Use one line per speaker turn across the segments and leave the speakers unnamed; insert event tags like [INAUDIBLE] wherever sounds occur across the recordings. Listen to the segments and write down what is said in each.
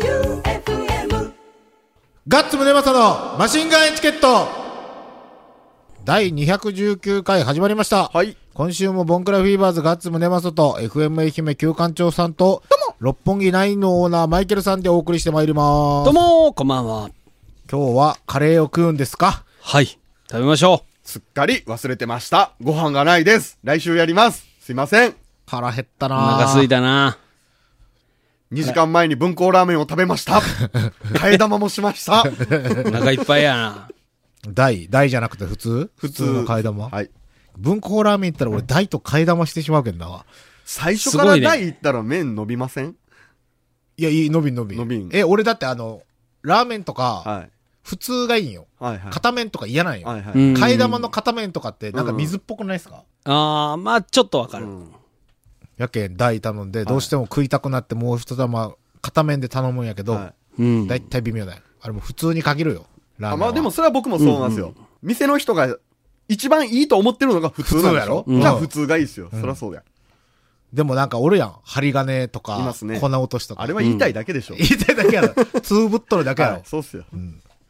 J-O-E-U-F-M
ガッツムネマソのマシンガンエチケット第219回始まりました。
はい。
今週もボンクラフィーバーズガッツムネマソと FM 愛媛旧館長さんと、六本木ナインのオーナーマイケルさんでお送りしてまいります。
どうもー、こんばんは。
今日はカレーを食うんですか
はい。食べましょ
すっかり忘れてました。ご飯がないです。来週やります。すいません。
腹減った
う。お
な
腹すい
た。
たな。 [LAUGHS]
2時間前に文庫ラーメンを食べま
[LAUGHS]
した。替え玉もしました。
お腹いっぱいやな。
大、大じゃなくて普通普通の替え玉、
はい。
文庫ラーメン行ったら俺大と替え玉してしまうけんな。
最初か
すご
ら
いね
台行ったら麺伸びません
いや、いい、伸びん伸びん。
伸びん
え、俺だってあの、ラーメンとか、
はい。
普通がいいんよ。
はいはい。
片面とか嫌なんよ。
はいは
う
い。
ん
替え玉の片面とかって、なんか水っぽくないですか、
あー、まあちょっとわかる。
うん
やけん、大頼んで、どうしても食いたくなって、もう一玉、片面で頼むんやけど、
はい
うん。
だいたい微妙だよ。あれもう普通に限るよ。ラーメ
あ
ン
ま
は。
あでも、それは僕もそうなんですよ。店の人が一番いいと思ってるのが普通なんでし
普通やろ
ょ
うん
じゃあ普通がいいですよ。そりゃそうや。
でもなんかおるやん。針金とか、
いますね
粉落としとか。
あれは言いたいだけでしょ。
言いたいだけや
[LAUGHS]
ろ。つぶっとるだけや
は
ろ
い。。そうっすよ。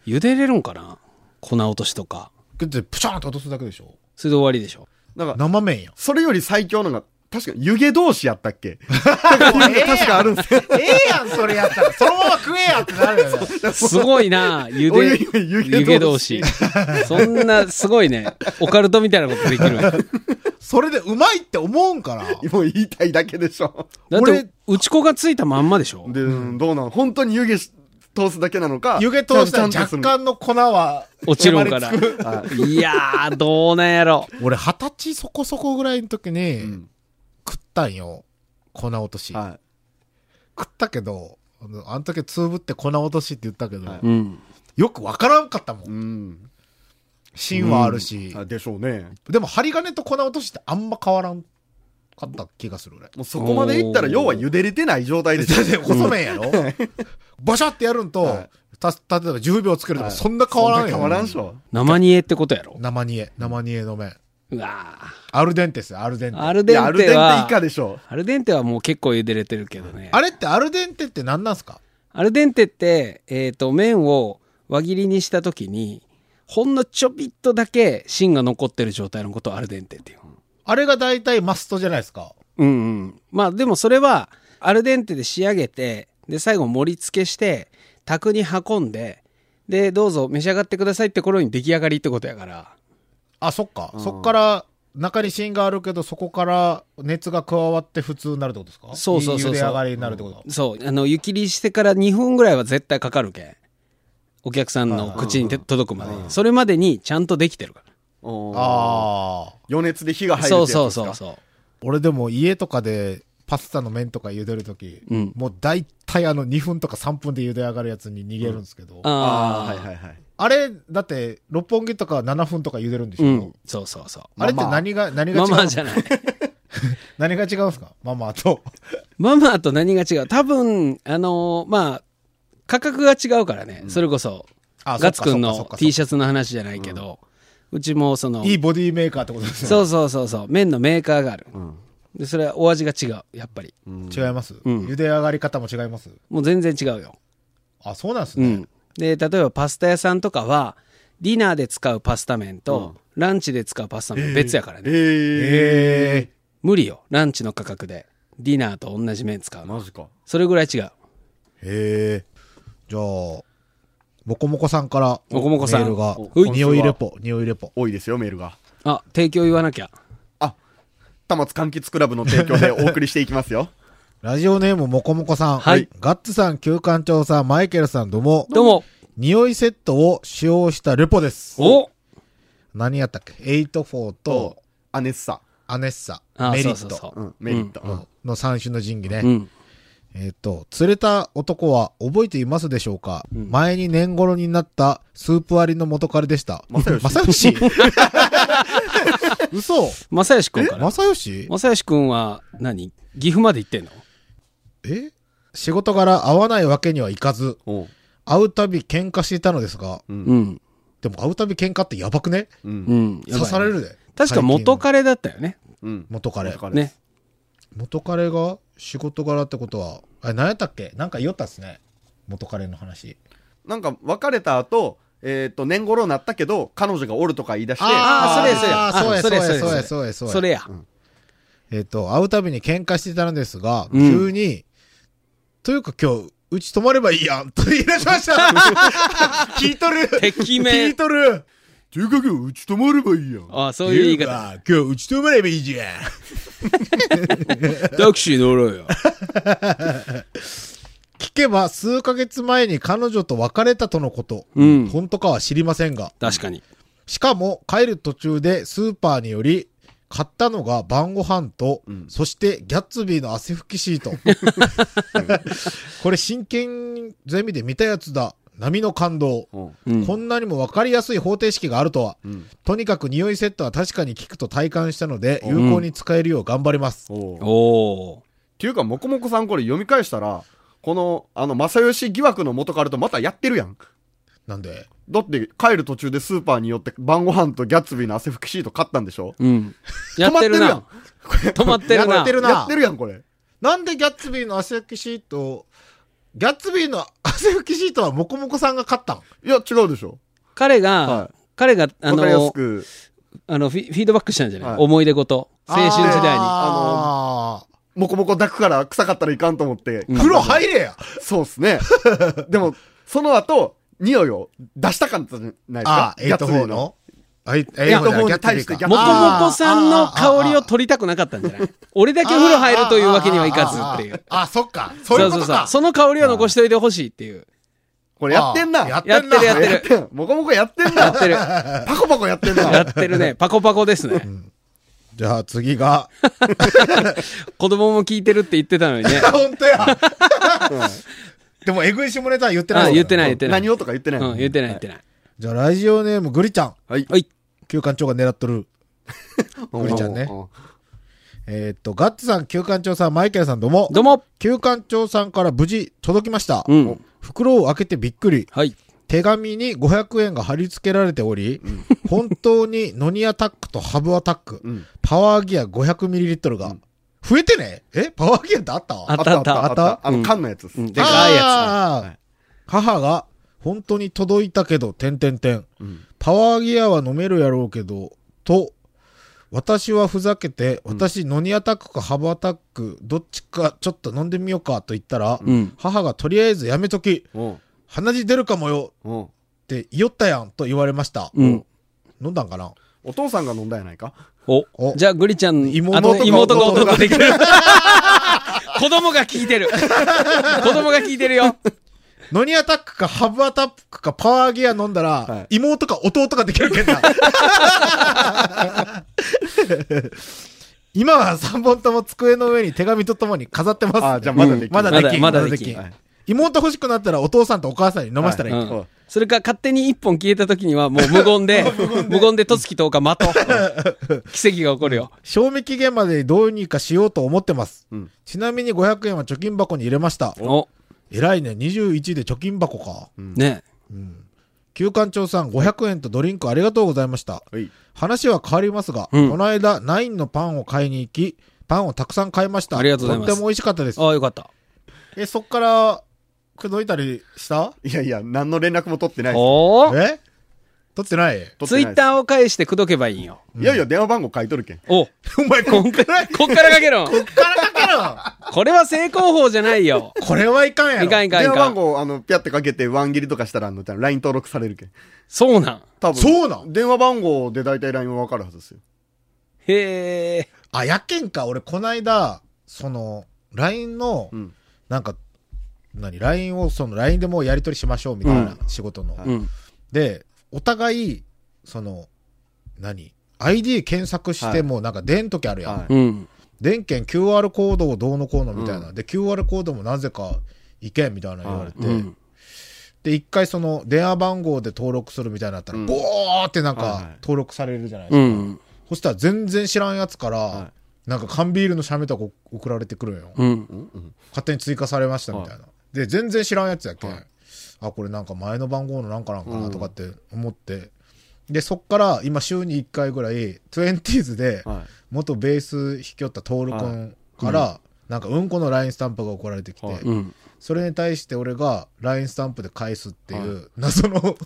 茹でれるんかな粉落としとか。
くって、プチャーンと落とすだけでしょ。
それで終わりで [LAUGHS] しょ。
なんか、
生麺やん。
それより最強なのが、確か湯気同士やったっけ [LAUGHS] [LAUGHS] 確かあるんですよ。
ええやん、それやったら。そのまま食えやってなるよね。
すごいな。茹
お湯
で、
湯気
湯気同士。そんな、すごいね。オカルトみたいなことできる。
それでうまいって思うんから。
もう言いたいだけでしょ。
だっ
俺
て、打ち粉がついたまんまでしょ
で、どうなの本当に湯気し通すだけなのか。
湯気通したら
ちゃんと
若
する
干の粉は、
落ちるんから。
はい
[LAUGHS] やー、どうなんやろ。
俺二十歳そこそこぐらいの時に、
ん
食ったんよ。粉落とし。
い。は
食ったけど、あのあの時つぶって粉落としって言ったけど、
はい
うん。
よくわからんかったも。
い。うんん。
芯はあるし。
あでしょうね。
でも針金と粉落としってあんま変わらんかった気がす
[LAUGHS]
る、俺。
もうそこまでいったら、
おー
要は茹でれてない状態でしょ。
で細麺やろバシャってやるんと、
はい
た例えば10秒つけると
は
か
い
そんな変わらんよ。
変わらんでしょ。
生煮えってことやろ。
生煮え、生煮えの麺。
うわ
アルデンテですよアルデン
ー。
テ。
ア
あ
ル
い
デン
や、アルデン
テ
テ以
は、
下でしょ。
アルデンテはもう結構茹でれてるけどね。
れってアルデンテって何なんすか
アルデンテって、えっ、と、麺を輪切りにしたときに、ほんのちょびっとだけ芯が残ってる状態のことをアルデンテっていう。
あれが大体マストじゃないですか。
うんうん。まあでもそれは、アルデンテで仕上げて、で、最後盛り付けして、卓に運んで、で、どうぞ召し上がってくださいって頃に出来上がりってことやから。
あ、そっか。そっから、中に芯があるけど、そこから熱が加わって普通になるってことですか
そうそうそうそう
いい茹で上がりになるってこと、
そう、あの、湯切りしてから2分ぐらいは絶対かかるけん。お客さんの口にて届くまでに。それまでにちゃんとできてるか
ああ。
ああ。
余熱で火が
ら。
入るって
そ
や
う
つですか。
そうそうそう。
俺でも家とかで、パスタの麺とか茹でるとき、
うん
もう大体あの2分とか3分で茹で上がるやつに逃げるんですけど、あ
あ
あ
あ
あ、はいはいはい。
れ、だって、六本木とかは7分とか茹でるんでしょ、
うん。そうそうそう。
あれって
まあまあ
何が、何が違
マ
う
マじゃない。
何が違うんですかママと。
[LAUGHS] ママと何が違う多分、あのーまあ、価格が違うからね。それこそ、
あ
ガッツくん
そっかそっかそっ
の
か
T シャツの話じゃないけど、うちもその、
いいボディメーカーってことです
そ
よね。
うそうそうそう、麺のメーカーがある。
ん
でそれはお味が違う、やっぱり。
違います、
うん
茹で上がり方も違います
もう全然違うよ。
あ、そうなんです
う
ね。
ん。で、例えばパスタ屋さんとかは、ディナーで使うパスタ麺と、ランチで使うパスタ麺別やからね。
ええ。
ええ
無理よ、ランチの価格で。ディナーと同じ麺使うの。
マジか。
それぐらい違う。
へえ。じゃあ、もこもこさんから、
もこもこさん
メールが
おう、い
匂いレポ、匂いレポ。
多いですよ、メールが。
あ、提供言わなきゃ。
あ、たまつかんきつクラブの提供 [LAUGHS] でお送りしていきますよ。
ラジオネームもこもこさん。
はい
ガッツさん、旧館長さん、マイケルさん、どうも。
どうも。
匂いセットを使用したレポです。
お
何やったっけ ?84 と
と、アネッサ。
アネッサ、
あ
メリ
そう
ッ
そう
ト
そう
うん、メリット。うん
の3種の神器ね。
うん。
えっ、と、釣れた男は覚えていますでしょうか、前に年頃になったスープ割りの元彼でした。
正義
正
[LAUGHS]
義嘘
正義くんから。
正義
正義くんは何、岐阜まで行ってんの
え仕事柄会わないわけにはいかず、
おう
会うたび喧嘩していたのですが、
うん。
でも会うたび喧嘩ってやばくね
うん。
うん。やばいね
刺されるで。
確か元彼だったよね。
うん。
元彼。
元彼
ね。
元彼が仕事柄ってことは、あれ、何やったっけなんか言おったっすね。元彼の話。
なんか別れた後、えっ、と、年頃になったけど、彼女がおるとか言い出して、
あーそれや
あーそうや、
そ
そう
れ
や、
や
そうや、そ
そ
うや、そうや。
それや。
えっと、会うたびに喧嘩してたんですが、
うん
急に、というか今日、うち泊まればいいやん、と言い出しま
[LAUGHS]
した。聞いとる。
てきめ
聞いとる。
中華街うち泊まればいいやん。
ああ、そういう言い
て
方。
か今日、うち泊まればいいじゃん。
タクシー乗ろうよ。
聞けば、数ヶ月前に彼女と別れたとのこと。
うん
本当かは知りませんが。
確かに。
しかも、帰る途中でスーパーにより、買ったのが晩ご飯と、
ん
そしてギャッツビーの汗拭きシー [LAUGHS] ト。これ真剣ゼミで見たやつだ。波の感動。
うん
うん
こんなにも分かりやすい方程式があるとは。
うん
とにかく匂いセットは確かに効くと体感したので、有効に使えるよう頑張ります。
おうっ
おー。
ていうか、もこもこさんこれ読み返したら、この、あの、正義疑惑の元彼とまたやってるやん。
なんで、
だって、帰る途中でスーパーに寄って晩ご飯とギャッツビーの汗拭きシート買ったんでしょ
うん。やってるな。止まってるな。
やってるな
やってるやん、これ。
なんでギャッツビーの汗拭きシートをギャッツビーの汗拭きシートはもこもこさんが買ったん
いや、違うでしょ。
彼が、
はい
彼が、あ
わかりやす
の、
く。
あのフィ、フィードバックしたんじゃない、
はい
思い出ごと。青春時代に。
あ
もこもこ抱くから臭かったらいかんと思って。
うん
ー風呂入れや
[LAUGHS] そうっすね。でも、その後、匂いを出したかったじゃないです
あ
か。
ー、エイトフォーのあいエイトフォーのギャッツビーか
もこ
あー
もこさんの香りを取りたくなかったんじゃない俺だけ風呂入るというわけにはいかずっていう。
あーあーあーあー、そっか。そういうこと
そうそうそ
か
う。。その香りは残しといてほしいっていう。
これやってんな。
あーやっ
やってるやってる。
[LAUGHS] てん。もこもこやって
[LAUGHS]
ん
や
な
っ。てる。
パコパコやってん
や
な。
ってるね。パコパコですね。
じゃあ次が。
子供も聞いてるって言ってたのにね。
本当や。でも、えぐい下ネタは言ってない。
あ言ってない言ってない。
何をとか言ってない。
うん、言ってない言ってない。
じゃあ、ラジオネーム、グリちゃん。
はい。
はい。
休館長が狙っとる。
うん
グリちゃんね
うう
えーっと、ガッツさん、休館長さん、マイケルさん、どうも。
どうも。
休館長さんから無事届きました。
うん。
袋を開けてびっくり。
はい。
手紙に500円が貼り付けられており、本当にノニアタックとハブアタック、
うん
パワーギア 500ml が、増えてねえパワーギアってあった
あ
あ
ったあった。
あった。あ
う
の、
ん
缶のやつです。
うんでかいやつな。
あー母が、本当に届いたけど、てんてんてん。
うん
パワーギアは飲めるやろうけど、と、私はふざけて、私、ノニアタックかハブアタック、どっちかちょっと飲んでみようかと言ったら、
うん。
母がとりあえずやめとき、
うん。
鼻血出るかもよ
うん。
って言おったやんと言われました。
うん。
飲んだんかな
お父さんが飲んだやないか。
お。
お
じゃあ、グリちゃん、
妹
あと
が
妹が
弟
男
が
で
[LAUGHS]
きる。子供が聞いてる。子供が聞いてるよ。
ノニアタックかハブアタックかパワーギア飲んだら、
は
妹か弟ができるけん
[LAUGHS]
な。今は3本とも机の上に手紙とともに飾ってます。
あーじゃあまだできん
まだできん。
ま
ま
だ
だ
まだで
で
きん
きん
はい
妹欲しくなったらお父さんとお母さんに飲ましたらいい。
う。
そうん
それか、勝手に一本消えた時には、もう無言で、 [LAUGHS] 無言で、とつきとおか [LAUGHS] 待とう。奇跡が起こるよ。
賞味期限までにどうにかしようと思ってます。
うん
ちなみに500円は貯金箱に入れました。
お。
偉いね、21で貯金箱か。
ね。
旧館長さん500円とドリンクありがとうございました。
はい。
話は変わりますが、
うん
この間、ナインのパンを買いに行き、パンをたくさん買いました。
ありがとうございます
とっても美味しかったです。
ああ、よかった。
え、そっから、くどいたりした
いやいや、何の連絡も取ってないです。
おお。
え取ってない
取って
ツ
な
イ
いです
ッターを返して口説けばいいんよ。
いやいや、電話番号書いとるけん。
お。
お前、
こんから、こっからかけろ。
からか
これは正攻法じゃないよ。
けろこれはいかんやろ。
いかんいかんい
電話
か
番
ん。
号、あの、ピャってかけて、ワン切りとかしたら、あの、LINE 登録されるけん。
そうなん。
多分。
そうなん
電話番号で大体 LINE はわかるはずですよ。
へえ。
あ、やけんか。俺、こないだ、その、LINE の、
うん
なんか、何 ?LINE を、その、LINE でもうやり取りしましょう、みたいな、仕事の。
うん。
で、お互い、その、何 ?ID 検索しても、なんか出ん時あるやん。
はい
うん。
電源 QR コードをどうのこうのみたいな。で、QR コードもなぜかいけんみたいな言われて。
うん。
で、一回その電話番号で登録するみたいになったら、
うん
ボーってなん
はいは
か
い
登録されるじゃないです
う
か。
ん。
そしたら全然知らんやつから、
は
なんか缶ビールのシャメとか送られてくるんよ。
うん。
勝手に追加されましたみたいな。で、全然知らんやつやっけ、
はい
あ、これなんか前の番号のなんかなんかなとかって思って。で、そっから今週に1回ぐらい、20s で、
は
元ベース弾きよった徹君から、なんかうんこの LINE スタンプが送られてきて、
はい
[LAUGHS] うん。
それに対して俺が LINE スタンプで返すっていう謎の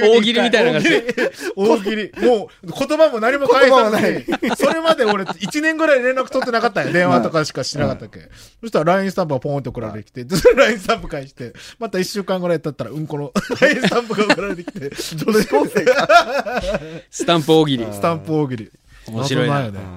大喜利みたいな感じで。
大喜利もう言葉も何も返さないそれまで俺1年ぐらい連絡取ってなかったよ電話とかしかしなかったっけ、そしたら LINE スタンプがポーンって送られてきてでそれ LINE スタンプ返してまた1週間ぐらい経ったらうんこの LINE スタンプが送られてきて
女子高生か。
スタンプ大喜利。
スタンプ大喜利
面白いな
謎んよね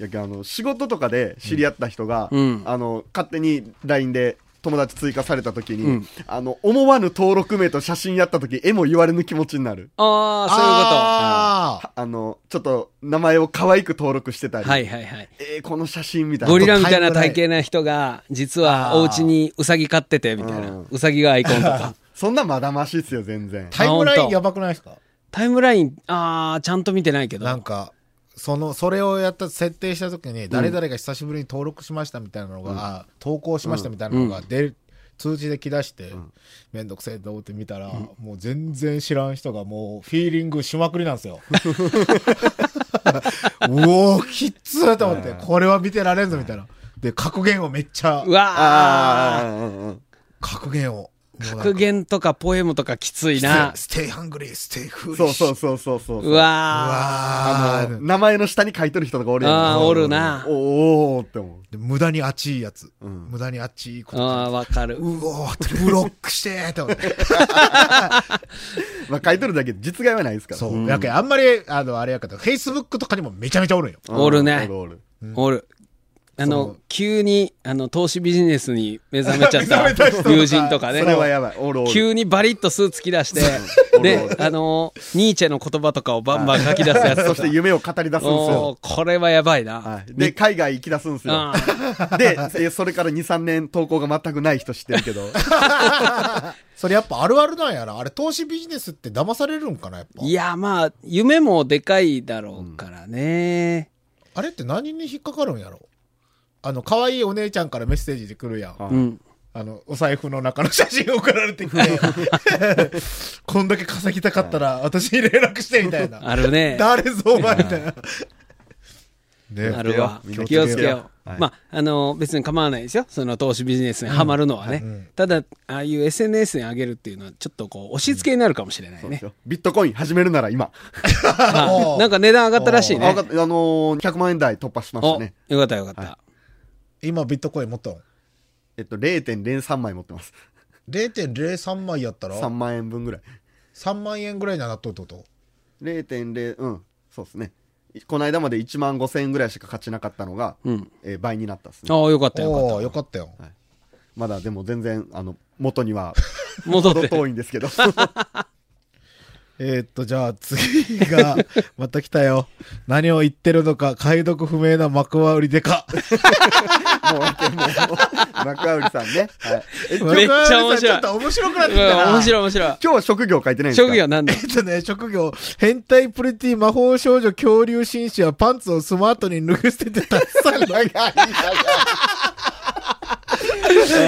いや、あの、仕事とかで知り合った人が、
うん
あの、勝手に LINE で、友達追加された時に、
うん
あの、思わぬ登録名と写真やった時、絵も言われぬ気持ちになる。
ああ、そういうこ
あー
あの、ちょっと、名前を可愛く登録してたり、
と。はいはいはい。
えーこの写真みたいな。
ゴリラみたいな体型な人が、実はお家にウサギ飼ってて、みたいな。
うん
ウサギがアイコンと
[LAUGHS]
か。
そんなまだましいっすよ、全然。
タイムラインやばくないですか
タイムライン、ああ、ちゃんと見てないけど。
なんか、その、それをやった、設定した時に、誰々が久しぶりに登録しましたみたいなのが、あ投稿しましたみたいなのが、出る通知で来だして、めんどくせえと思って見たら、もう全然知らん人がもう、フィーリングしまくりなんですよ。うおー、きっつーと思って、これは見てられんぞみたいな。で、格言をめっちゃ
う、わあ。
あー、うんうん
格言を。
格言とかポエムとかきついな
な。。ステイハングリー、ステイフー
うんそうそうそうそうそうう。
わ
あ
あの、名前の下に書いてる人とかおる
あ。
やん。
ああー、おるな。
おーって思う。
で無駄にあっちいやつ、
ん
無駄にあっちいこと
ああ、わかる。
うおーブロックしてーって思って。
まあ、書いてるだけで実害はないですから。
そう。やけんあんまり、あの、あれやけど、Facebook とかにもめちゃめちゃおるんよ。
うん
おるね
おるおる。
おる。あ
そ
の
の、
急に、あの、投資ビジネスに目覚めちゃっ
目
[LAUGHS]
覚めた人と
た
か
友人とか
そ
ね。
れはやばい。おるおる。
急にバリッとスーツ着出して
う、んおるお
で、
る
あの、ニーチェの言葉とかをバンバン書き出すやつ
そ
と
し
か
て。夢を語り出すんです
お
よ。
ーこれはやばい
は
な。
い、で、海外行き出すんですよ
あ。
で、えそれから2、3年投稿が全くない人知ってるけど。
それやっぱあるあるなんやな。あれ、投資ビジネスって騙されるんかな、やっぱ。
いや、まあ、夢もでかいだろうからね。
あれって何に引っかかるんやろあの、可愛いお姉ちゃんからメッセージで来るやん。
は
う
い
ん。
あの、お財布の中の写真送られてき [LAUGHS] て、こんだけ稼ぎたかったら、私に連絡して、みたいな。 [LAUGHS]
あるね。
誰ぞ、お前、みたいな。
あ
ね。
るわ
気をつけよう。
気をつけよう。
はい
まあ、あの、別に構わないですよ。その投資ビジネスにハマるのはね。
うん
ただ、ああいう SNS に上げるっていうのは、ちょっとこう、押し付けになるかもしれないね。
ビットコイン始めるなら今。
あ
おー
なんか値段上がったらしい
あ、
ね
分か。った。あのー、100万円台突破しました
お、
ね。
よかったよかった。
は
今、ビットコイン持っとん。
えっと、0.03枚持ってます。
0.03枚やったら
3万円分ぐらい。
3万円ぐらいにはなっとるってこと
0.0、うん、そうですね。この間まで1万5千円ぐらいしか勝ちなかったのが、
うん
えー倍になったっすね。
ああ、よかったよか
お
っ
おーよかったよ。
まだでも全然、あの、元には、
た。戻って。
遠いんですけど。
えーっと、じゃあ次
[LAUGHS]
が、また来たよ。何を言ってるのか、解読不明な幕は売りでか。
もう、もう、マクアウリさんね。はい。え、今
[LAUGHS] めっちゃ
幕は
面白い
売りさんちょっと面白くなっ
う
て
ん
きたな。
面白い面白い。
日は職業書いてないんですか
職業なんだ
えっとね、職業、変態プリティ魔法少女恐竜紳士はパンツをスマートに脱ぎ捨ててた。
長い
[LAUGHS]
長い。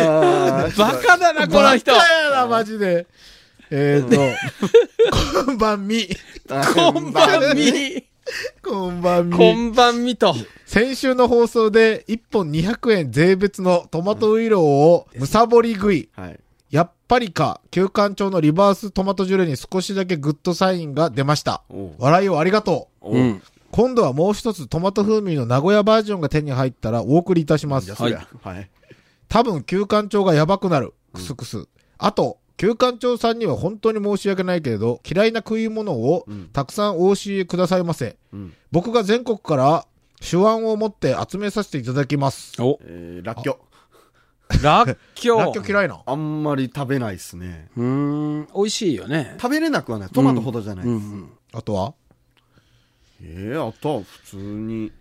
あー
バカだな、この人。
バカやな、マジで。えーっと、こんばんみ。
こんばん。み。
こんばんみ。
こんばんみと。
先週の放送で1本200円税別のトマトウイローをむさぼり食い。
はい。
やっぱりか、旧館長のリバーストマトジュレに少しだけグッドサインが出ました
おう。
笑いをありがとう。
お
う。
うん
今度はもう一つトマト風味の名古屋バージョンが手に入ったらお送りいたします。
そりゃはい。
多分旧館長がやばくなる。クスクス。あと、旧館長さんには本当に申し訳ないけれど、嫌いな食い物を
うん
たくさんお教えくださいませ。
うん。
僕が全国から手腕を持って集めさせていただきます。
お、
えー、らっきょ。
らっきょう。
ラッキョ嫌いな。
あんまり食べないっすね。
うーん、美味しいよね。
食べれなくはない。トマトほどじゃない
うん
で
う
す。
ん。
あとは
えー、あとは普通に、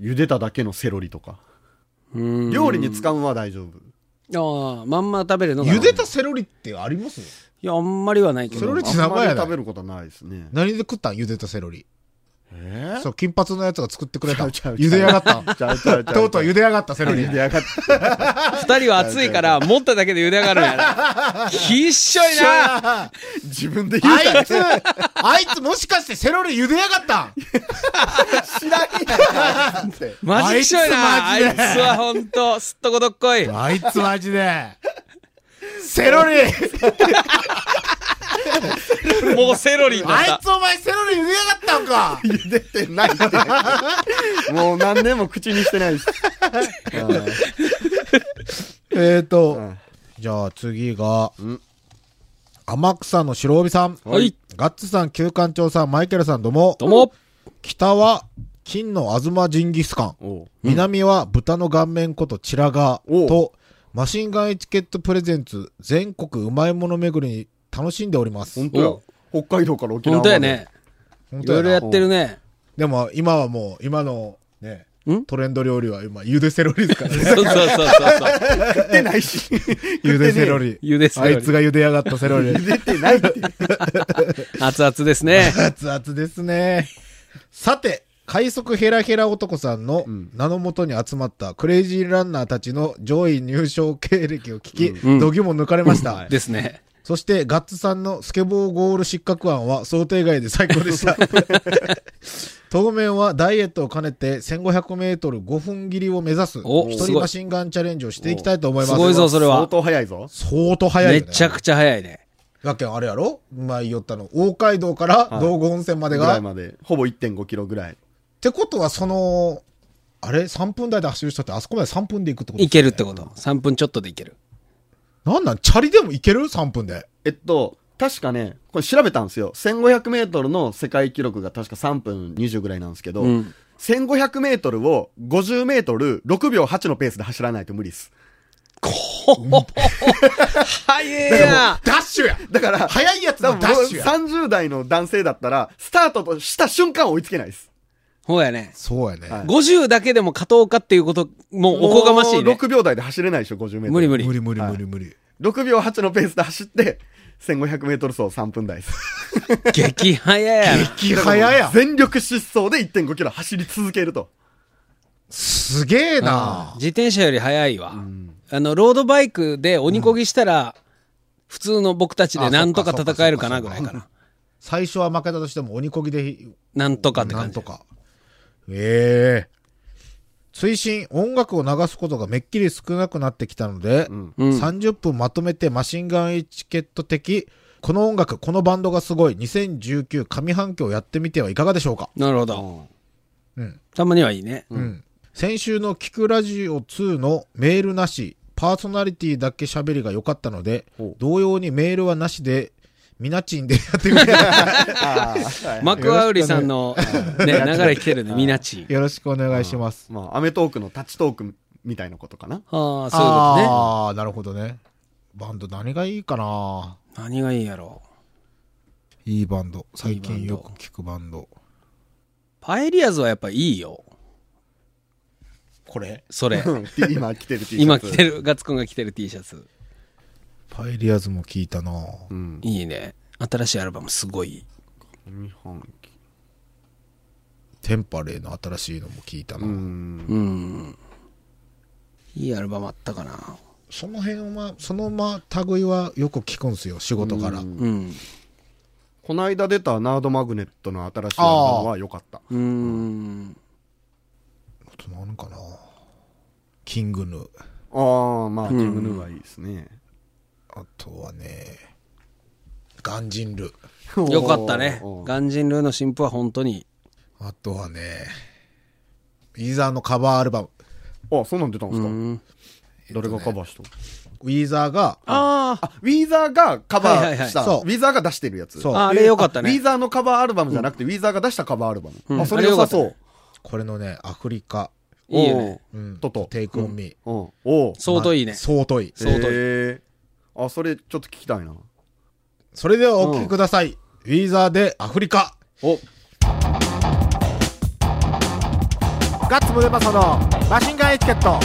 茹でただけのセロリとか。
うん
料理に使うのは大丈夫。
ああ、まんま食べるのが。
茹でたセロリってあります
いや、あんまりはないけど。
セロリ
あ
って名
んま
前や
り
な
食べることはないですね。
何で食ったん茹でたセロリ。
ええ
そう、金髪のやつが作ってくれた。
ちゃうちゃう
茹で上がった。
ちゃうちゃうちゃう。
とうとう茹で上がったセロリ。
で上がっ
二人は熱いから、持っただけで茹で上がるんや
[LAUGHS]
な。きっしょいな
自分で言うた
あ
ら
いつ、あいつもしかしてセロリ茹でやがったん
知らんやんって。
マジきっしょいなあ
あ
い
いつ
つ
マジで
はほんと、すっとこどっこい。
あいつマジで。セロリ
もうセロリだ
[LAUGHS] あ
った
い。つお前セロリ茹でやがったんか
茹でてないって。もう何年も口にしてないし。
えーと、
ん
じゃあ次が、天草の白帯さん。
はい。
ガッツさん、旧館長さん、マイケルさん、どうも。
どうも。
北は、金の東ジンギスカン。
おう
南は豚の顔面ことチラガ
おう
ーと、マシンガンエチケットプレゼンツ、全国うまいもの巡りに楽しんでおります。
本当や。北海道から沖縄
本
まで
当や。ね。
本
い
当
ろ
や
いろ
な
やってるね。
でも今はもう、今のね
ん、
トレンド料理は今、茹でセロリですからね。
そうそうそうそうそう。
食ってないし。
茹でセロリ。
[LAUGHS] 茹でセロ
あ
リ
いつが茹で上がったセロリ。
茹でてないって。
熱々ですね。
熱々ですね。さて、快速ヘラヘラ男さんの
ん
名のもとに集まったクレイジーランナーたちの上位入賞経歴を聞き、
ん
度肝を抜かれました。
ですね。
そして、ガッツさんのスケボーゴール失格案は想定外で最高でした。当面はダイエットを兼ねて1500メートル5分切りを目指す、
お
一
す
人
ごい
マシンガンチャレンジをしていきたいと思います。
すごいぞそれは
相当早いぞ。
相当早いよ
め
ね。
ちゃくちゃ早いね。
だけどあれやろ前言ったの。大街道から道後温泉まで
ぐ
が、
らいまで。ほぼ1.5キロぐらい。
ってことは、その、あれ ?3 分台で走る人ってあそこまで3分で行くってこと
いけるってこと。3分ちょっとでいける。
なんなんチャリでも行ける ?3 分で。
えっと、確かね、これ調べたんですよ。1500メートルの世界記録が確か3分20ぐらいなんですけど、
うん
1500メートルを50メートル6秒8のペースで走らないと無理です。
早えな
ダッシュや
だから、
早いやつ
多
の
分
ダッシュや
30代の男性だったら、スタートとした瞬間追いつけないです。
ほうやね。
そうやね。
はい
50だけでも勝とうかっていうこと、もうおこがましい
もう
ね。
6秒台で走れないでしょ、50メートル。
無理無理。
無理無理無理無理。
6秒8のペースで走って、1500メートル走3分台です。
激早やな。
気早やん。
全力疾走で1.5キロ走り続けると。
[LAUGHS] すげえな
自転車より速いわ、あのロードバイクで鬼こぎしたら、普通の僕たちでなんとか戦えるかなぐらいかな
最初は負けたとしても鬼こぎで、
なんとかって
な
感
ん
じ
とか。ええ追伸音楽を流すことがめっきり少なくなってきたので、
うん
30分まとめてマシンガンエチケット的、この音楽、このバンドがすごい、2019上半期をやってみてはいかがでしょうか
なるほど、
うん
たまにはいいね、
うん。先週の聞くラジオ2のメールなし、パーソナリティだけ喋りが良かったので
ほう、
同様にメールはなしで、みなちんでやってみて、
ああ、はい
マクアウリさんの、ね、 [LAUGHS] 流れ来てるねみなち
よろしくお願いします。
[LAUGHS] まあ、アメトークのタッチトークみたいなことかな。
ああそういうことね
ああ、なるほどね。バンド何がいいかな
何がいいんやろ
いいバンド。最
い
近
いバン
よ
ド
く聞くバンド。
パエリアズはやっぱいいよ
これ
それ
うんて今着てる T シャツ。
今着てるガッツくんが着てる T シャツ
パエリアズも聞いたな
うん。
いいね新しいアルバムすごい
日本着
テンパレーの新しいのも聞いたな、
うん。
うんいいアルバムあったかな
その辺は、そのま、類はよく聞くんすよ、仕事から。
うん
この間出たナードマグネットの新しいアルバムは良かった。
うん
あと何かなキングヌー。
ああ、まあ、キングヌーはいいですね。
あとはね、ガンジンル。
よかったね
お。ー
ガンジンルーの新譜は本当に。
あとはね、ウィザーのカバーアルバム。
あ、そうなん出たんですか、
うん
誰がカバーしたの
ウィザーが、
ああ、
あ、ウィーザーがカバー
はい
した。
はいはいそう
ウィーザーが出してるやつ。
そう
ああれよかった
ウィー
ね。
ザーのカバーアルバムじゃなくて、ウィーザーが出したカバーアルバム。
うん
あ、それ良さそ
あれ
う。
これのね、アフリカ、
いいよね。
うん、
トト
テイクオンミー。
おうおう。
相当いいね。
相当いい。
相当いい
へーあ、それちょっと聞きたいな。
それではお聴きください。ウィザーでアフリカ。
お、
ガッツムデパソのマシンガンエチケット。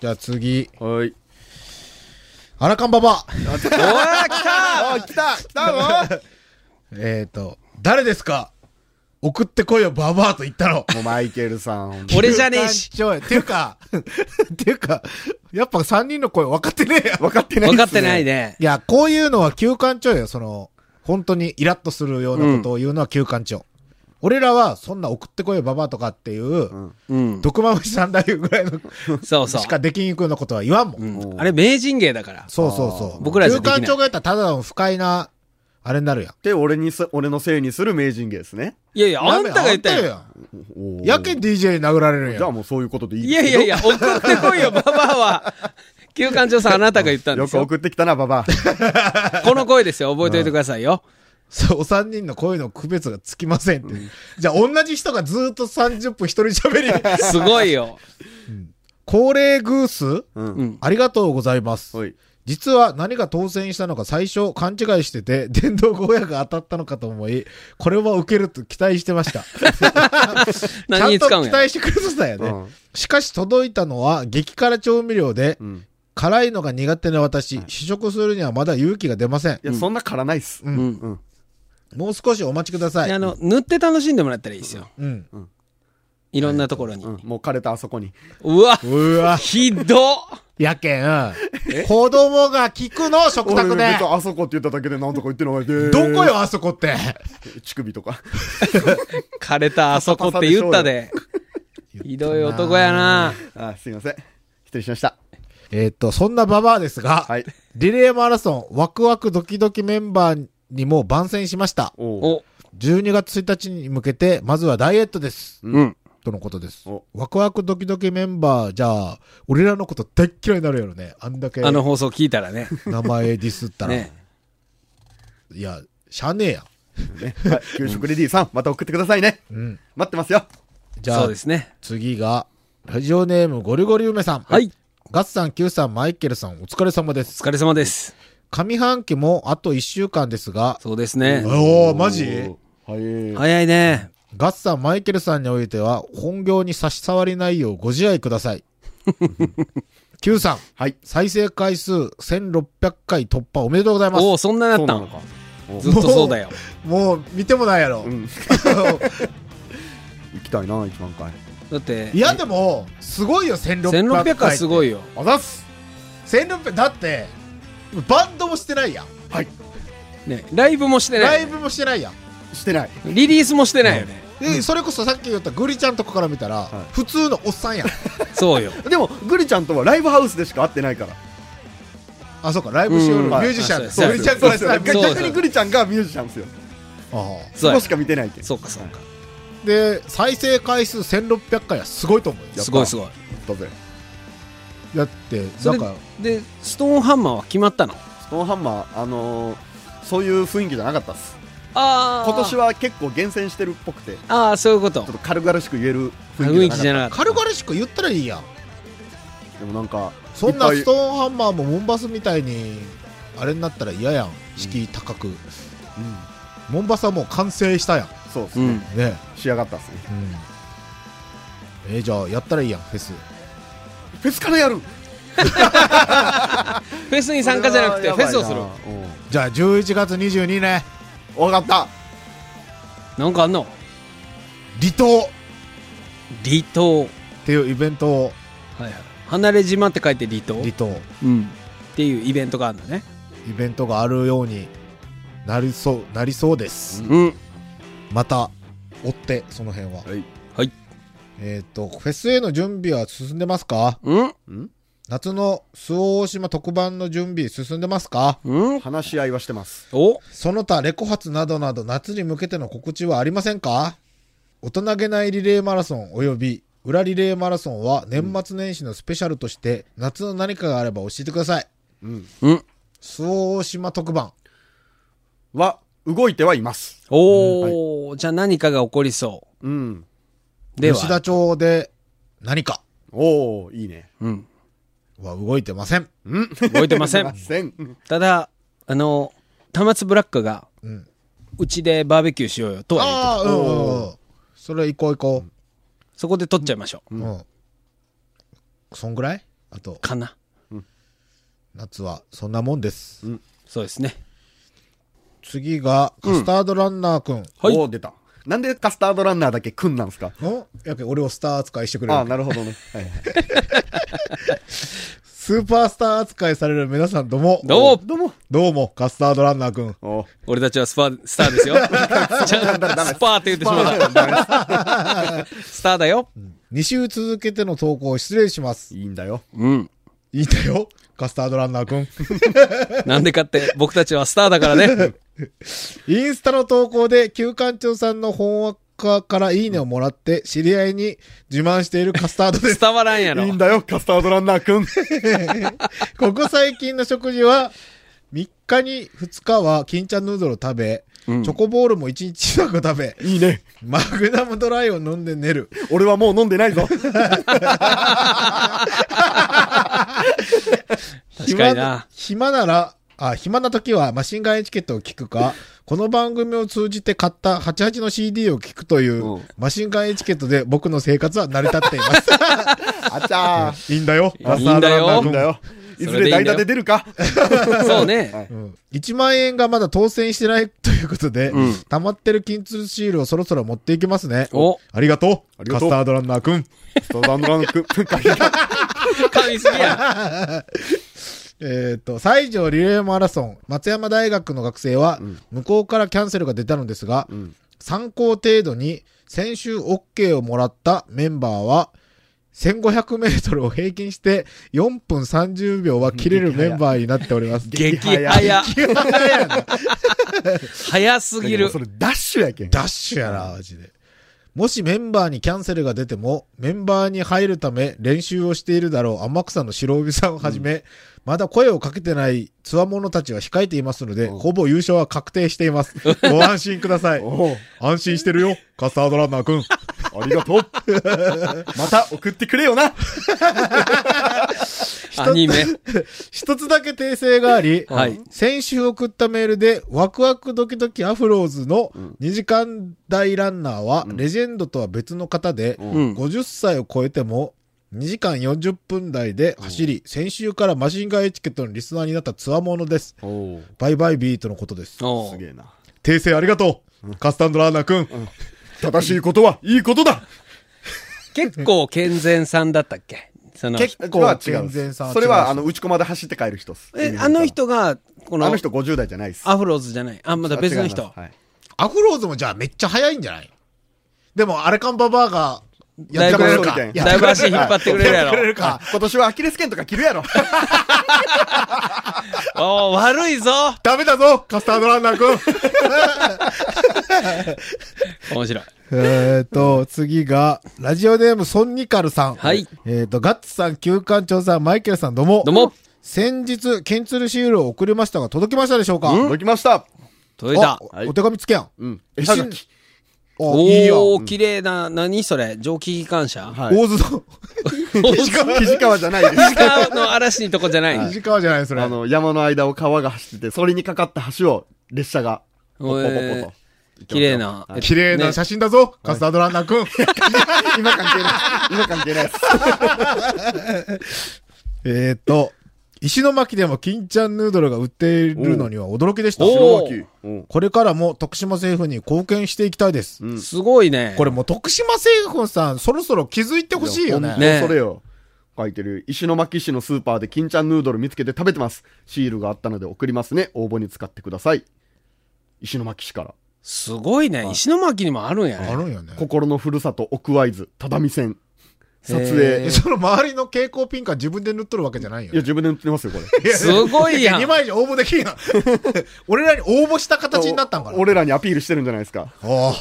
じゃあ次、
はい。
アラカンババア。
おー来た
あ、来た来たぞ
えっ、ー、と、誰ですか送ってこいよ、ババアと言ったの。
もうマイケルさん。
[LAUGHS] 俺じゃねえし。
ちょい。っていうか、 [LAUGHS] っていうか、やっぱ3人の声分かってねえ
[LAUGHS]
や。
分かってない
[LAUGHS] 分
すね
かってない。ね。
いや、こういうのは休館長よ、その、本当にイラッとするようなことを言うのは休館長。俺らは、そんな送ってこいよ、ババアとかっていう、
ん
うん。
毒まぶしさんだいうぐらいの、
そうそう
し。かできにくいようなことは言わんもん。
うんあれ名人芸だから。
そうそうそう。
僕らじゃ
休
できない
館長がやったらただの不快な、あれになるやん。
で、俺にす、俺のせいにする名人芸ですね。
いやいや、あんたが言っ
あ
たよ。
んたよ
おー
やけん DJ 殴られるんやん。
じゃあもうそういうことでいい
い
です
や
けど
いやいや、送ってこいよ、ババアは。旧館長さん、あなたが言ったんで
よ
す
く
よ。
送ってきたな、ババ
この声ですよ、覚えておいてくださいよ。
そう、お三人の声の区別がつきませんって。じゃあ、同じ人がずっと30分一人喋
[LAUGHS]
り、
すごいよ。
高齢グース、
ア。う。
うんん。
ありがとうございます。
はい。
実は何が当選したのか最初勘違いしてて、電動ゴーヤが当たったのかと思い、これは受けると期待してました。ちゃ
[LAUGHS] 何
ん
に
と期
使うんや。
待してくれてたよね。
うん
しかし届いたのは激辛調味料で、
うん。
辛いのが苦手な私、試食するにはまだ勇気が出ません。
いや、そんなからないっす。うん。
うん。
もう少しお待ちください。
であの、塗って楽しんでもらったらいいですよ。
うん。
いろんなところに。
もう枯れたあそこに。
うわ、
うわ。
ひどっ
やけん、子供が聞くの、食
俺
卓で
別。にあそこって言っただけで何とか言ってないで。
どこよ、あそこって。
乳首とか。 [LAUGHS]
枯れたあそこって言ったで。ひどい男やな。
あ、すいません。失礼しました。
えっと、そんなババアですが、
はい。
リレーマラソン、ワクワクドキドキメンバーにも番宣しました。
おう
お、
12月1日に向けて、まずはダイエットです。
うん。
とのことです
お。
ワクワクドキドキメンバーじゃあ、俺らのこと大っ嫌いになるやろね。あんだけ
あの
名
放送聞いたらね。
前ディスったら。
[LAUGHS] ね。
いや、しゃあねえや。
ねはい。給食レディーさん、また送ってくださいね。
うん。
待ってますよ。
じゃ
そ
あ
うで、すね。
次が、ラジオネームゴリゴリ梅さん。
はい。
ガッさん、キューさん、マイケルさん、お疲れ様で
お
す。
疲れ様です。
上半期もあと1週間ですが、
そうですね。
おー、マ
はい。
早いね。
ガッさん、マイケルさんにおいては、本業に差し障りないようご自愛ください。 [LAUGHS] キューさん、
はい。
再生回数1600回突破おめでとうございます。
おお、そんなな
そ
っ
う
た
なの
の
か。
ずっとそうだよ。
もう、見てもないやろ
う。ん。行きたいな、一万回。
だって、
[LAUGHS] いや、でも、すごいよ、1600回。
1600はすごい
よ。
よ。
あざっす。1600、だって、バンドもしてないやん。
ね、ライブもしてな
ラ
い
イ
よね。
ブもしてないやん。
してない。
リリースもしてないよね。
で、それこそさっき言ったグリちゃんとこから見たら、
はい
普通のおっさんやん。
そうよ。
でも、グリちゃんとはライブハウスでしか会ってないから。
あ、そうか、ライブしよう
うん
ミュージシャン
あ
で。
そ
そう
うや
グリちゃん
そ
か
う
ら
や
したら
そうや
グリ
逆にグリちゃんがミュージシャンですよ。
ああ
そ
そう
や
こしか見てないけ
そうか、そうか。
で、再生回数1600回はすごいと思うよ。
や
すごいすごい。
だぜ。
だって、
そ
な
れ
んか、
で、ストーンハンマーは決まったの
ストーンハンマー、あのー、そういう雰囲気じゃなかったっす。
ああ。
今年は結構厳選してるっぽくて、ち
ああ、そういうこと
ょっ。と軽々しく言える
雰
雰
囲
囲
気
気
じ
じ
ゃ
ゃなかっ
なかった。
軽々しく言ったらいいやん。
た。でもなんか、
そんない
っ
ス
ぱ
ト
い
ーンハンマーもモンバスみたいに、あれになったら嫌やん。敷居高く。
うん
モンバスはもう完成したや
そうです
う
ね。
ん。
ん。ね
仕上がったっすね。
え。えーじゃあ、やったらいいやん、フェス。
フェスからやる
フェスに参加じゃなくて、フェスをする。
る。
じゃあ、11月22ね、
わかった。
なんかあんの
離島
離島。
っていうイベントを、
はいはい。離れ島って書いて離島。
離島、
うん。っていうイベントがあるのね。
イベントがあるようになりそう、なりそうです。
うん。
また追ってその辺は
はい。
えっ、とフェスへの準備は進んでますか
うん
うん
夏の周防大島特番の準備進んでますか
うん
話し合いはしてます。
お
その他レコ発などなど夏に向けての告知はありませんか大人げないリレーマラソンおよび裏リレーマラソンは年末年始のスペシャルとして夏の何かがあれば教えてください
うん。
うん。
周防大島特番
は、動いてはいます。
おー。じゃあ何かが起こりそ
うん。
う。で
吉田
は。
町で何か
おー、いいね。
うん。
は動いてません
うん。
動いてません
動いてせん。
ただ、あの、田松ブラックが、
うん
うちでバーベキューしようよとは言ってた
ああうんうんうんそれ行こう行こう
そこで撮っちゃいましょう。
うん。そんぐらいあと、
かな。
夏はそんなもんです。
そうですね。
次が、カスタードランナーくん。
はい
おー出た。なんでカスタードランナーだけくんなんですか
のやけ俺をスター扱いしてくれ
ああ、
る。
なるほどね。はいはい
スーパースター扱いされる皆さんどうも。
どうも
どうも。
どうも、カスタードランナーくん。
おー
俺たちはスパー、スター [LAUGHS] ですよ。ちゃんとスパーって言ってしまった。スターだよ。
2週続けての投稿失礼します。
いいんだよ。
うん。
いいんだよ、カスタードランナーくん。
なんでかって、僕たちはスターだからね。
インスタの投稿で、旧館長さんの本家からいいねをもらって、知り合いに自慢しているカスタードです。
伝わらんやろ
いい。んだよ、カスタードランナーくん。
ここ最近の食事は、3日に2日は金ちゃんヌードルを食べ、チョコボールも1日近く食べ、
いいね。
マグナムドライを飲んで寝る。
俺はもう飲んでないぞ。
確か
暇
にな。
な暇なら、あ、暇な時はマシンガンエチケットを聞くか、この番組を通じて買った88の CD を聞くという、
うん
マシンガンエチケットで僕の生活は成り立っています。
[LAUGHS] あちゃ
いいんだよ。
いいんだよ
ラ
ー。いいんだよ。いず
それでいい
れ
んだ
代打
よ
で出るか。
そうね。
うん、1万円がまだ当選してないということで、
うん
溜まってる金通シールをそろそろ持っていきますね。
お
ありがとう
ありが
カス
とう
タードランナーくん。
カスタードランナーくん。
神すぎや。
えっ、と、西条リレーマラソン、松山大学の学生は、向こうからキャンセルが出たのですが、参考程度に、先週 OK をもらったメンバーは、1500メートルを平均して、4分30秒は切れるメンバーになっております。
激早
早。
早すぎる
そ。れダッシュやけん。
ダッシュやな、マジで。もしメンバーにキャンセルが出ても、メンバーに入るため練習をしているだろう天草の白帯さんをはじめ、まだ声をかけてない強者たちは控えていますので、ほぼ優勝は確定しています。ご安心ください。
[LAUGHS] おう
安心してるよ、カスタードランナーくん。
ありがとう。また送ってくれよな。
アニメ。
一つだけ訂正があり、
はい
先週送ったメールで、ワクワクドキドキアフローズの2時間大ランナーは、レジェンドとは別の方で、
ん
50歳を超えても、2時間40分台で走り、先週からマシンガンエチケットのリスナーになったつわものです。
おう
バイバイビートのことです。
お
す
う
げえな。
訂正ありがとう、カスタンドランナーくん。
正しいことはいいことだ
結構健全さんだったっけその、
結構健全さん
それは、あ
の、
の、打ち込まで走って帰る人っす。
え、あの人が、この、
あの人50代じゃないっす。
アフローズじゃない。あ、まだ別の
あ違
人
います。はい
アフローズもじゃあめっちゃ早いんじゃないでも、アレカンババアが、
だいぶ
やって
くれる
か
みたいな
だいぶ足引っ張ってくれるやろ。
あ今年はアキレス腱とか切るやろ。
おう悪いぞ
ダメだぞカスタードランナーくん
面白い。
[LAUGHS] えっと、次が、ラジオネームソンニカルさん。
はい。
えっと、ガッツさん、旧館長さん、マイケルさん、どうも。
どうも。
先日、ケンツルシールを送りましたが、届きましたでしょうか
届きました。
届いた。
お
はい
お手紙つけやん。
うん。
え
え、
は
は
が
が
き
き。
おいいよ。
おー、綺麗な、何それ蒸気機関車
はい
大津の、
大塚
肘川じゃない
[LAUGHS]
です。
の嵐のとこじゃない。
短川じゃない、それ。
あの、山の間を川が走ってて、それにかかった橋を列車が、ポポポポポ
えー
と。
綺麗な。
はい
綺麗な写真だぞ、カスタードランナー
[LAUGHS]
くん。
今関係ない。今関係ない
[LAUGHS]
です。
えっと、石巻でも金ちゃんヌードルが売っているのには驚きでした。
お
白巻うん
これからも徳島政府に貢献していきたいです。
ねすごいね。
これもう徳島政府さん、そろそろ気づいてほしいよね。
本当それよ。書いてる。石巻市のスーパーで金ちゃんヌードル見つけて食べてます。シールがあったので送りますね。応募に使ってください。石巻市から。
すごいね。石巻にもあるんや
あ
ね。
るんよね。
[LAUGHS] 心のふるさと奥会津、只見線。撮
へ
影。
えその周りの蛍光ピンカー自分で塗っとるわけじゃないよ
い
ね。
や、自分で塗ってます [LAUGHS] よ、これ。
すごいやん
2。枚以上応募できんや
[LAUGHS]
ん。俺らに応募した形になったんから。
俺らにアピールしてるんじゃないですか。
おお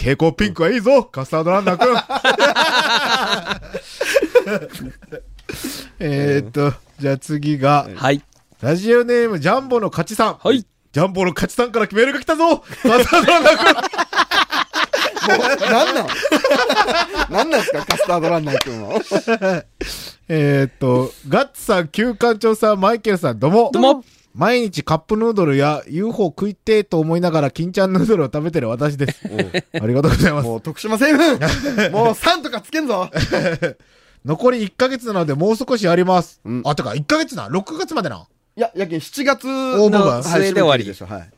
蛍光ピンクはいいぞ、カスタードランナー
[LAUGHS]
くん。えーっと、じゃあ次が、
はい。
ラジオネームジャンボの勝ちさん。
はい。
ジャンボの勝ちさんからメールが来たぞカスタードランナーくん。
なんなん [LAUGHS] なんなんすか、カスタードランナー君は。
えーっと、ガッツさん、旧館長さん、マイケルさん、どうも。
どうも。
毎日カップヌードルや UFO 食いてえと思いながら、金ちゃんヌードルを食べてる私です。ありがとうございます。
[LAUGHS] もう徳島セブ [LAUGHS] ンもう3とかつけんぞ
残り1ヶ月なので、もう少しあります。
うん
あ、てか、1ヶ月な。6月までな。
いや、やけん7月
応募が
のはい
末で終わり
締め切りでしょ、はい。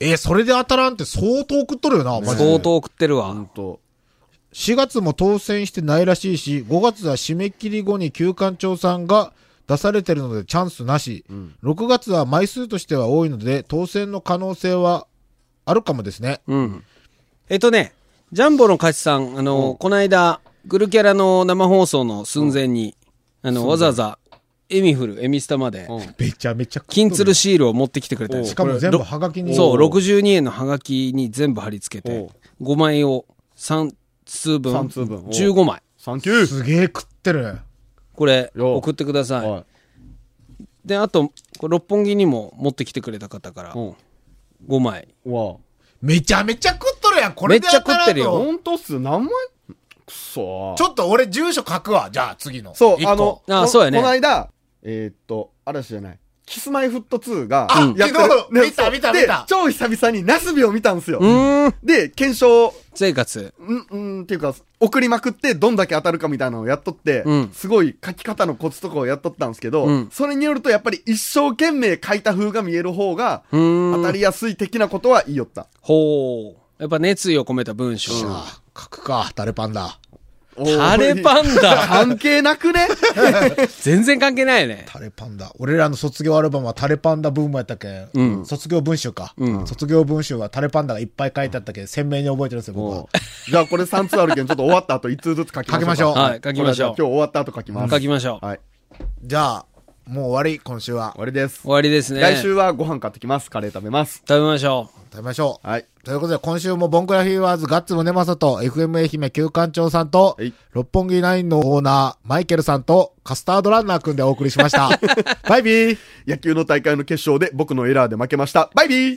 えーそれで当たらんって相当食っとるよな、マジで
相。当送ってるわ。
本当
4月も当選してないらしいし、5月は締め切り後に休館長さんが出されてるのでチャンスなし、6月は枚数としては多いので、当選の可能性はあるかもですね。
うん。えっとね、ジャンボの勝ちさん、あの、この間、グルキャラの生放送の寸前に、あの、わざわざ、エミフル、エミスタまで、
めちゃめちゃ食っとる
金鶴シールを持ってきてくれたんです
しかも全部ハガキに。
そう、62円のハガキに全部貼り付けて、5枚を3通分、
三通分お
15枚。
サンキュー
すげえ食ってる。
これ、
よ
送ってください。
は
で、あと、これ六本木にも持ってきてくれた方から、
い。
5枚。
うん。わ
めちゃめちゃ食っとるやん、これで当たらんの
めっちゃ食ってるよ
本当っすよ何枚くそー
ちょっと俺住所書くわ、じゃあ次の。
そう
一、個
あの、
あ
こ
そうやね
この間、えーっと、嵐じゃない。キスマイフット2が、
あ
やってる
昨日
ね
見た
そう
見た
で
見た
超久々にナスビを見たんですよ
う。ーん、
で、検証、
生活。
うん、うん、っていうか、送りまくって、どんだけ当たるかみたいなのをやっとって、
うん
すごい書き方のコツとかをやっとったんですけど、
うん
それによると、やっぱり一生懸命書いた風が見える方が、
うーん。
当たりやすい的なことは言いよった。
ほう。やっぱ熱意を込めた文章。
さあ書くか、タレパンだ。
タレパ
ン
ン
[LAUGHS]
ダ。
関係なくね
全然関係ないよね。
タレパンダ。俺らの卒業アルバムはタレパンダブームやったけん、卒業文集か、卒業文集はタレパンダがいっぱい書いてあったけん、鮮明に覚えてるんですよ、僕は
も。うじゃあこれ3つあるけど、ちょっと終わった後1通ずつ書きましょうか。
書きましょう
はい、書きま
これは
しょ
じゃあ今日
う。
終わった後書きます。
書きましょう。
はい。
じゃあ、もう終わり、今週は
終。わりです。
終わりですね。
来週はご飯買ってきます。カレー食べます。
食べましょう。
食べましょう。
はい。
ということで、今週もボンクラフィーワーズガッツムネマサと、FM 愛媛旧館長さんと、
はい
六本木ナインのオーナー、マイケルさんと、カスタードランナーくんでお送りしま
[LAUGHS]
した。バイビー
野球の大会の決勝で僕のエラーで負けました。バイビー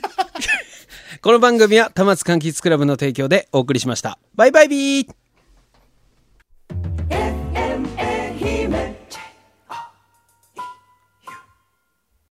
この番組は、田松柑橘クラブの提供でお送りしました。バイバイビー